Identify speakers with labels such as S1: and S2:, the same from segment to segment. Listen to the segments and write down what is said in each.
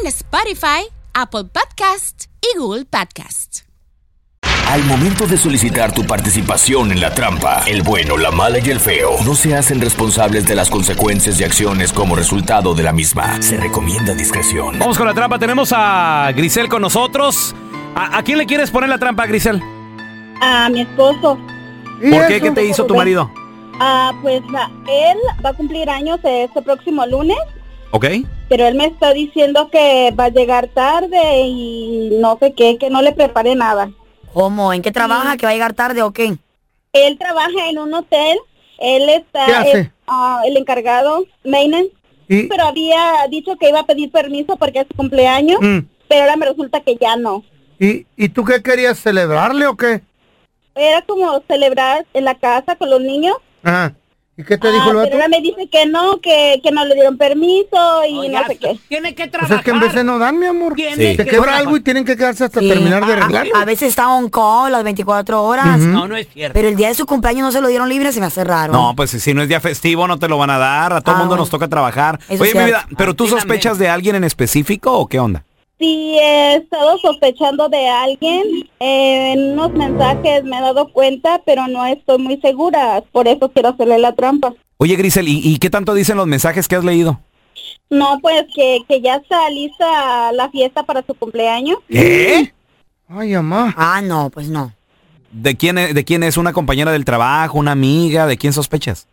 S1: en Spotify, Apple Podcast y Google Podcast.
S2: Al momento de solicitar tu participación en la trampa, el bueno, la mala y el feo no se hacen responsables de las consecuencias y acciones como resultado de la misma. Se recomienda discreción.
S3: Vamos con la trampa. Tenemos a Grisel con nosotros. ¿A, a quién le quieres poner la trampa, Grisel?
S4: a mi esposo.
S3: ¿Por qué? ¿Qué te hizo tu marido?
S4: Ah, pues ah, él va a cumplir años este próximo lunes,
S3: ¿Ok?
S4: pero él me está diciendo que va a llegar tarde y no sé qué, que no le prepare nada.
S5: ¿Cómo? ¿En qué trabaja? ¿Que va a llegar tarde o qué?
S4: Él trabaja en un hotel, él está
S6: ¿Qué hace?
S4: es, ah, el encargado, maintenance,
S6: ¿Y?
S4: pero había dicho que iba a pedir permiso porque es su cumpleaños,
S6: Mm.
S4: pero ahora me resulta que ya no.
S6: ¿Y, ¿Y tú qué querías celebrarle o qué?
S4: Era como celebrar en la casa con los niños.
S6: Ajá. ¿Y qué te
S4: Ah,
S6: dijo el
S4: pero
S6: vato?
S4: ahora me dice que no, que, que no le dieron permiso y no sé qué.
S7: Tiene que
S6: Pues
S7: trabajar.
S6: es que en veces no dan, mi amor.
S7: Tiene
S3: Sí.
S6: Se
S7: que
S6: quebra
S7: trabajar. Ah,
S6: algo y tienen que quedarse hasta
S5: Sí.
S6: terminar de
S5: A- a-
S6: arreglarlo.
S5: A, veces está on call las 24 horas.
S7: No, no es cierto.
S5: Pero el día de su cumpleaños no se lo dieron libre, se me hace raro.
S3: No, pues si no es día festivo, no te lo van a dar. A todo el
S5: Ah,
S3: mundo nos
S5: bueno.
S3: toca trabajar.
S5: Eso es
S3: Oye, mi
S5: cierto.
S3: vida, ¿pero tú
S7: Así también.
S3: sospechas de alguien en específico o qué onda?
S4: Sí, he estado sospechando de alguien. eh, en unos mensajes me he dado cuenta, pero no estoy muy segura. Por eso quiero hacerle la trampa.
S3: Oye, Grisel, ¿y, y qué tanto dicen los mensajes que has leído?
S4: No, pues que, que ya está lista la fiesta para su cumpleaños.
S3: ¿Qué?
S6: Ay, mamá.
S5: Ah, no, pues no.
S3: ¿De quién, es, ¿De quién es? ¿Una compañera del trabajo? ¿Una amiga? ¿De quién sospechas?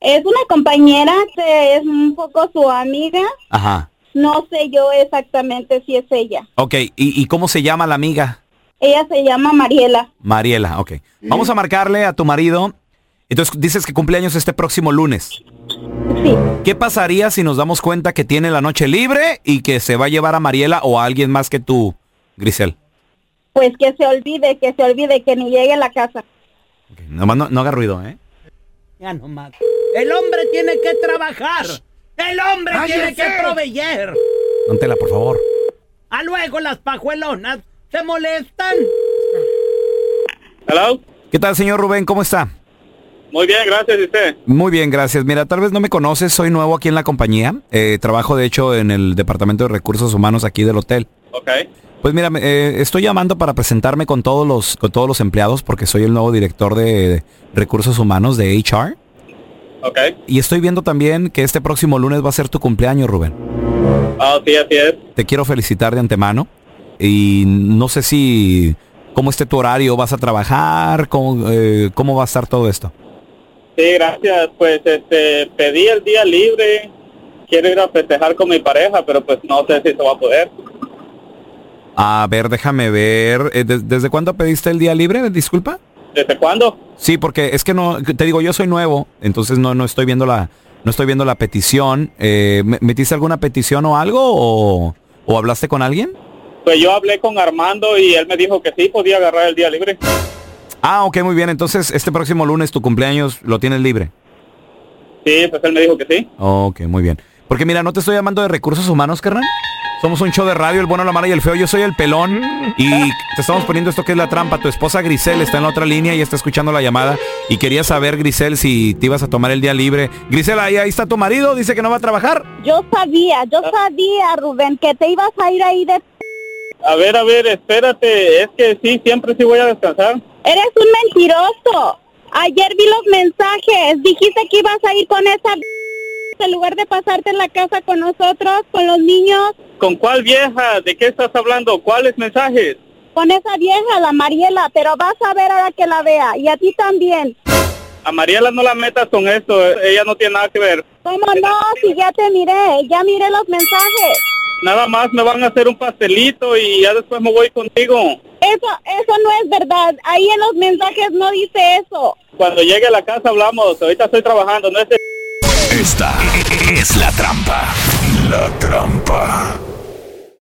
S4: Es una compañera que es un poco su amiga.
S3: Ajá.
S4: No sé yo exactamente si es ella.
S3: Ok, ¿y, y cómo se llama la amiga?
S4: Ella se llama Mariela.
S3: Mariela, ok. Vamos a marcarle a tu marido. Entonces dices que cumpleaños este próximo lunes.
S4: Sí.
S3: ¿Qué pasaría si nos damos cuenta que tiene la noche libre y que se va a llevar a Mariela o a alguien más que tú, Grisel?
S4: Pues que se olvide, que se olvide, que ni llegue a la casa.
S3: Ok, Nomás no, no haga ruido, ¿eh?
S7: Ya no más. El hombre tiene que trabajar. El hombre tiene que proveer.
S3: Póntela, por favor.
S7: A Ah, luego las pajuelonas se molestan.
S8: Hello.
S3: ¿Qué tal, señor Rubén? ¿Cómo está?
S8: Muy bien, gracias. ¿Y usted?
S3: Muy bien, gracias. Mira, tal vez no me conoces, soy nuevo aquí en la compañía. Eh, trabajo, de hecho, en el Departamento de Recursos Humanos aquí del hotel.
S8: Ok.
S3: Pues mira, me- eh, estoy llamando para presentarme con todos los con todos los empleados porque soy el nuevo director de recursos humanos de HR
S8: Ok.
S3: y estoy viendo también que este próximo lunes va a ser tu cumpleaños, Rubén.
S8: Ah, sí, así es.
S3: Te quiero felicitar de antemano y no sé si cómo esté tu horario, vas a trabajar, cómo, eh, cómo va a estar todo esto.
S8: Sí, gracias. Pues este, pedí el día libre. Quiero ir a festejar con mi pareja, pero pues no sé si se va a poder.
S3: A ver, déjame ver. eh, ¿des- ¿Desde cuándo pediste el día libre? Disculpa.
S8: ¿Desde cuándo?
S3: Sí, porque es que no, te digo, yo soy nuevo, entonces no, no estoy viendo la, no estoy viendo la petición. Eh, ¿me- ¿Metiste alguna petición o algo? ¿O, o hablaste con alguien?
S8: Pues yo hablé con Armando y él me dijo que sí podía agarrar el día libre.
S3: Ah, ok, muy bien. Entonces, este próximo lunes, tu cumpleaños, lo tienes libre.
S8: Sí, pues él me dijo que sí.
S3: Ok, muy bien. Porque mira, no te estoy llamando de recursos humanos, carnal. Somos un show de radio, el bueno, la mala y el feo. Yo soy el pelón y te estamos poniendo esto que es la trampa. Tu esposa Grisel está en la otra línea y está escuchando la llamada. Y quería saber, Grisel, si te ibas a tomar el día libre. Grisel, ahí, ahí está tu marido, dice que no va a trabajar.
S4: Yo sabía, yo sabía, Rubén, que te ibas a ir ahí de...
S8: A ver, a ver, espérate. Es que sí, siempre sí voy a descansar.
S4: Eres un mentiroso. Ayer vi los mensajes. Dijiste que ibas a ir con esa... en lugar de pasarte en la casa con nosotros, con los niños,
S8: ¿Con cuál vieja? ¿De qué estás hablando? ¿Cuáles mensajes?
S4: con esa vieja, la Mariela, pero vas a ver ahora que la vea y a ti también.
S8: A Mariela no la metas con esto, ella no tiene nada que ver.
S4: ¿Cómo no? Si ya te miré, ya miré los mensajes.
S8: Nada más me van a hacer un pastelito y ya después me voy contigo.
S4: Eso, eso no es verdad. Ahí en los mensajes no dice eso.
S8: Cuando llegue a la casa hablamos, ahorita estoy trabajando, no es de-
S2: Esta es la trampa. La trampa.